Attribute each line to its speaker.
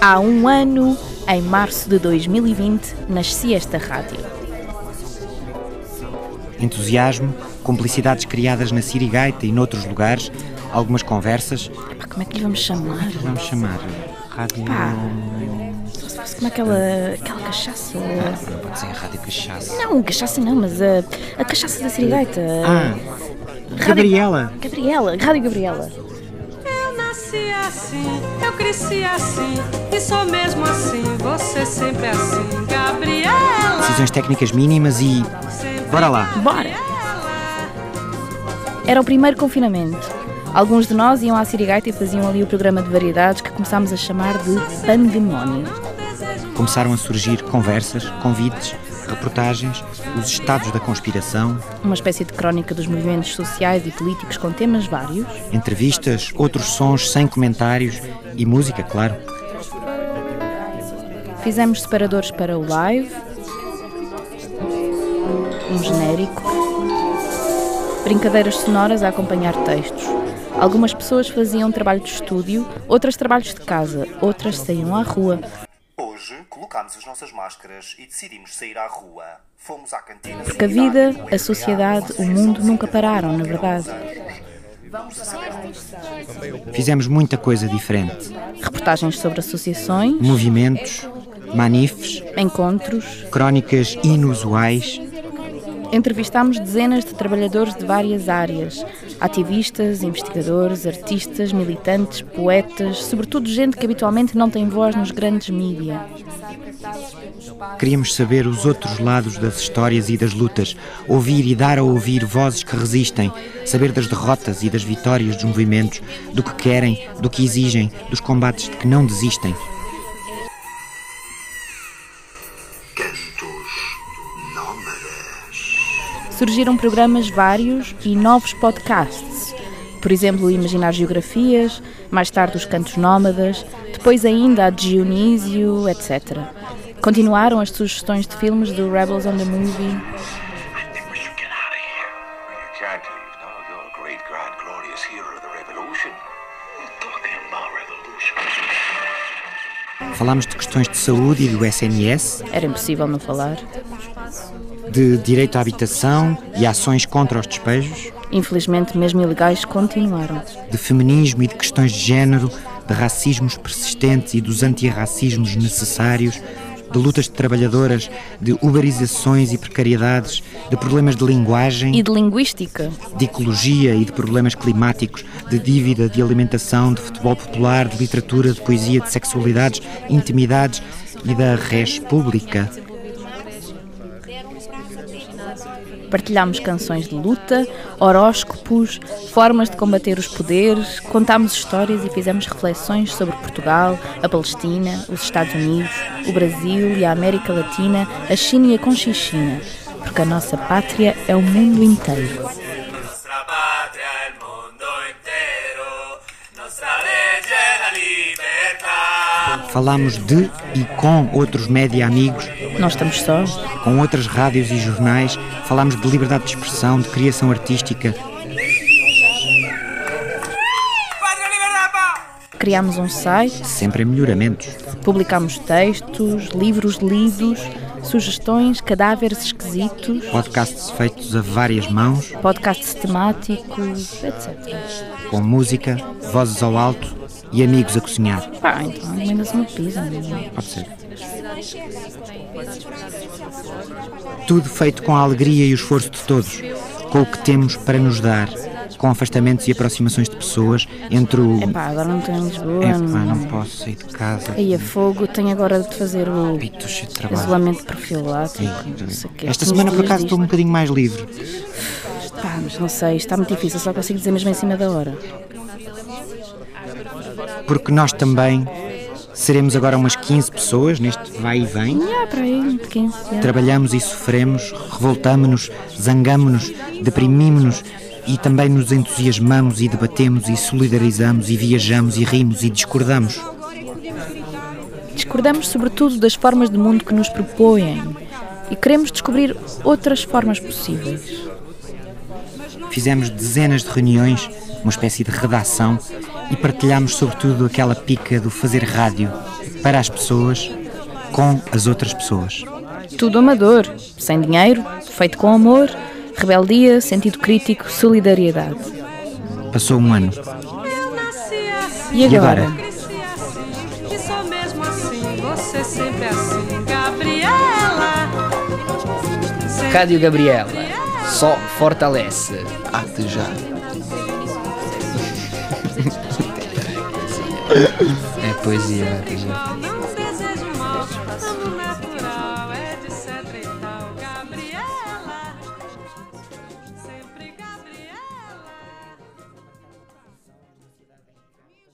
Speaker 1: Há um ano, em março de 2020, nascia esta rádio.
Speaker 2: Entusiasmo, complicidades criadas na Sirigaita e noutros lugares, algumas conversas.
Speaker 1: Epá, como é que lhe vamos chamar?
Speaker 2: Vamos chamar Rádio.
Speaker 1: Pá. Só se fosse como aquela, aquela cachaça.
Speaker 2: Não pode ser Rádio Cachaça.
Speaker 1: Não, cachaça não, mas a, a cachaça da Sirigaita.
Speaker 2: Ah, Gabriela.
Speaker 1: Gabriela, Rádio Gabriela.
Speaker 3: Eu nasci assim, eu cresci assim, e sou mesmo assim, você sempre assim, Gabriela.
Speaker 2: Decisões técnicas mínimas e.
Speaker 3: Sempre
Speaker 2: Bora lá!
Speaker 1: Bora!
Speaker 3: ela.
Speaker 1: Era o primeiro confinamento. Alguns de nós iam à Sirigaita e faziam ali o programa de variedades que começámos a chamar de Pandemónio.
Speaker 3: Não um desejo
Speaker 2: Começaram a surgir conversas, convites, reportagens, os estados da conspiração,
Speaker 1: Uma espécie de crónica dos movimentos sociais e políticos com temas vários.
Speaker 2: entrevistas, outros sons sem comentários e música, claro.
Speaker 1: Fizemos separadores para o live, um genérico, brincadeiras sonoras a acompanhar textos. Algumas pessoas faziam trabalho de estúdio, outras trabalhos de casa, outras saíam à rua.
Speaker 4: Hoje colocámos as nossas máscaras e decidimos sair à rua. Fomos à cantina.
Speaker 1: Porque a vida, a sociedade, o mundo nunca pararam, na verdade.
Speaker 2: Fizemos muita coisa diferente.
Speaker 1: Reportagens sobre associações,
Speaker 2: Movimentos, manifes,
Speaker 1: encontros,
Speaker 2: crónicas inusuais,
Speaker 1: entrevistámos dezenas de trabalhadores de várias áreas: ativistas, investigadores, artistas, militantes, poetas, sobretudo gente que habitualmente não tem voz nos grandes mídias.
Speaker 2: Queríamos saber os outros lados das histórias e das lutas, ouvir e dar a ouvir vozes que resistem, saber das derrotas e das vitórias dos movimentos, do que querem, do que exigem, dos combates de que não desistem.
Speaker 1: Surgiram programas vários e novos podcasts. Por exemplo, o Imaginar Geografias, mais tarde os Cantos Nómadas, depois ainda a Dionísio, etc. Continuaram as sugestões de filmes do Rebels on the Movie.
Speaker 5: I think we should get out of here. You can't leave now. You're a great, grand, glorious hero of the revolution. We're talking about revolution.
Speaker 2: Falámos de questões de saúde e do SNS,
Speaker 1: Era impossível não falar.
Speaker 2: de direito à habitação e ações contra os despejos,
Speaker 1: Infelizmente, mesmo ilegais continuaram.
Speaker 2: de feminismo e de questões de género, de racismos persistentes e dos antirracismos necessários, de lutas de trabalhadoras, de uberizações e precariedades, de problemas de linguagem.
Speaker 1: E de linguística,
Speaker 2: de ecologia e de problemas climáticos, de dívida, de alimentação, de futebol popular, de literatura, de poesia, de sexualidades, intimidades e da res pública.
Speaker 1: partilhámos canções de luta, horóscopos, formas de combater os poderes, contámos histórias e fizemos reflexões sobre Portugal, a Palestina, os Estados Unidos, o Brasil e a América Latina, a China e a Conchichina, porque a nossa pátria é o mundo inteiro.
Speaker 6: Nuestra patria, el mundo entero, nuestra ley es la libertad.
Speaker 2: Falámos de e com outros média amigos,
Speaker 1: Não estamos sós.
Speaker 2: com outras rádios e jornais, falámos de liberdade de expressão, de criação artística,
Speaker 1: Criámos um site,
Speaker 2: sempre em melhoramentos.
Speaker 1: publicámos textos, livros lidos, sugestões, cadáveres esquisitos,
Speaker 2: Podcasts feitos a várias mãos,
Speaker 1: podcasts temáticos, etc.
Speaker 2: com música, vozes ao alto e amigos a cozinhar.
Speaker 1: Pá, então encomenda-se uma pizza. não é?
Speaker 2: Pode ser. Tudo feito com a alegria e o esforço de todos, com o que temos para nos dar, com afastamentos e aproximações de pessoas entre o.
Speaker 1: Epá, agora não estou em Lisboa. é?
Speaker 2: Epá, É, não posso sair de casa.
Speaker 1: Aí a fogo, tenho agora de fazer o
Speaker 2: Pito cheio de trabalho.
Speaker 1: isolamento profilático. não sei o quê. 15
Speaker 2: Esta semana, por
Speaker 1: dias
Speaker 2: acaso, estou um
Speaker 1: disto.
Speaker 2: bocadinho mais livre.
Speaker 1: Pá, mas não sei, está muito difícil, só consigo dizer mesmo em cima da hora.
Speaker 2: Porque nós também seremos agora umas 15 pessoas neste vai e vem.
Speaker 1: Ah, para aí, de 15 já.
Speaker 2: Trabalhamos e sofremos, revoltamos-nos, zangamos-nos, deprimimos-nos e também nos entusiasmamos e debatemos e solidarizamos e viajamos e rimos e discordamos.
Speaker 1: Discordamos sobretudo das formas de mundo que nos propõem e queremos descobrir outras formas possíveis.
Speaker 2: Fizemos dezenas de reuniões, uma espécie de redação, e partilhámos sobretudo aquela pica do fazer rádio para as pessoas, com as outras pessoas.
Speaker 1: Tudo amador, sem dinheiro, feito com amor, rebeldia, sentido crítico, solidariedade.
Speaker 2: Passou um ano.
Speaker 3: Eu nasci assim.
Speaker 1: E
Speaker 2: E
Speaker 1: agora?
Speaker 2: agora?
Speaker 3: Cresci assim, e sou mesmo assim, você sempre assim, Gabriela. Sempre
Speaker 7: Rádio Gabriela só fortalece. Até já. É poesia, é poesia.
Speaker 3: é